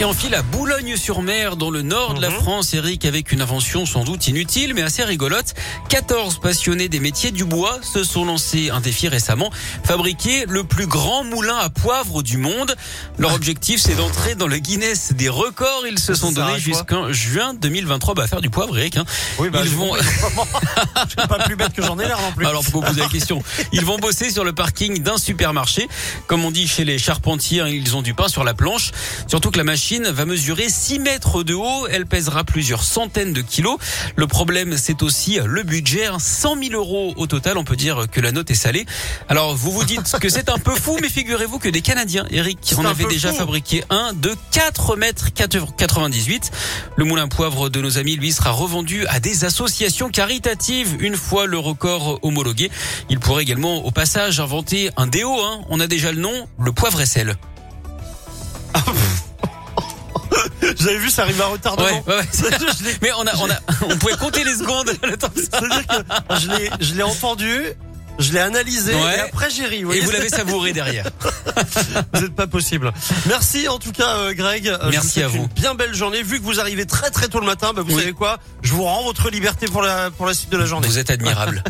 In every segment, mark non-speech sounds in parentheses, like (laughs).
Et on file à Boulogne-sur-Mer, dans le nord de Mhm. la France, Eric, avec une invention sans doute inutile, mais assez rigolote. 14 passionnés des métiers du bois se sont lancés un défi récemment, fabriquer le plus grand moulin à poivre du monde. Leur objectif, c'est d'entrer dans le Guinness des records. Ils se Ça sont sert à donnés quoi jusqu'en juin 2023 bah, à faire du poivre, Eric. hein. Oui, bah, Ils j'ai vont- compris. Je suis pas plus bête que j'en ai l'air non plus. Alors pourquoi vous posez la question Ils vont bosser sur le parking d'un supermarché. Comme on dit chez les charpentiers, hein, ils ont du pain sur la planche. Surtout que la machine va mesurer 6 mètres de haut. Elle pèsera plusieurs centaines de kilos. Le problème, c'est aussi le budget. hein. 100 000 euros au total. On peut dire que la note est salée. Alors vous vous dites que c'est un peu fou, mais figurez-vous que des Canadiens, Eric, en un avait peu déjà fou. fabriqué un de 4 mètres 98. Le moulin à poivre de nos amis, lui, sera revendu à des associations caritatives une fois le record homologué. Il pourrait également, au passage, inventer un déo. hein. On a déjà le nom, le poivre et sel. (laughs) J'avais vu, ça arrive à retardement. Ouais, ouais, ouais. Je l'ai- (laughs) Mais on, a, on, a, on pouvait compter les (laughs) secondes. le temps que ça- C'est-à-dire que je l'ai, je l'ai entendu, je l'ai analysé, Ouais. et après j'ai ri. Et voyez. vous l'avez savouré derrière. Vous êtes pas possible. Merci en tout cas, euh, Greg. Euh, je Merci souhaite à vous. Une bien belle journée. Vu que vous arrivez très très tôt le matin, bah, vous Oui. savez quoi Je vous rends votre liberté pour la pour la suite de la journée. Vous (laughs) êtes admirable.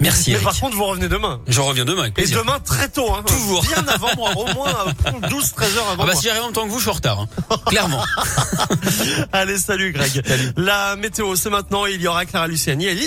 Merci, Mais Eric. par contre, vous revenez demain. J'en reviens demain. Avec Et plaisir. demain très tôt, hein. Toujours. Bien avant moi, au moins euh, 12-13 heures avant. Ah bah, moi. si j'arrive en même temps que vous, je suis en retard. hein. Clairement. Allez, salut Greg. La météo, c'est maintenant. Il y aura Clara Luciani et Lynn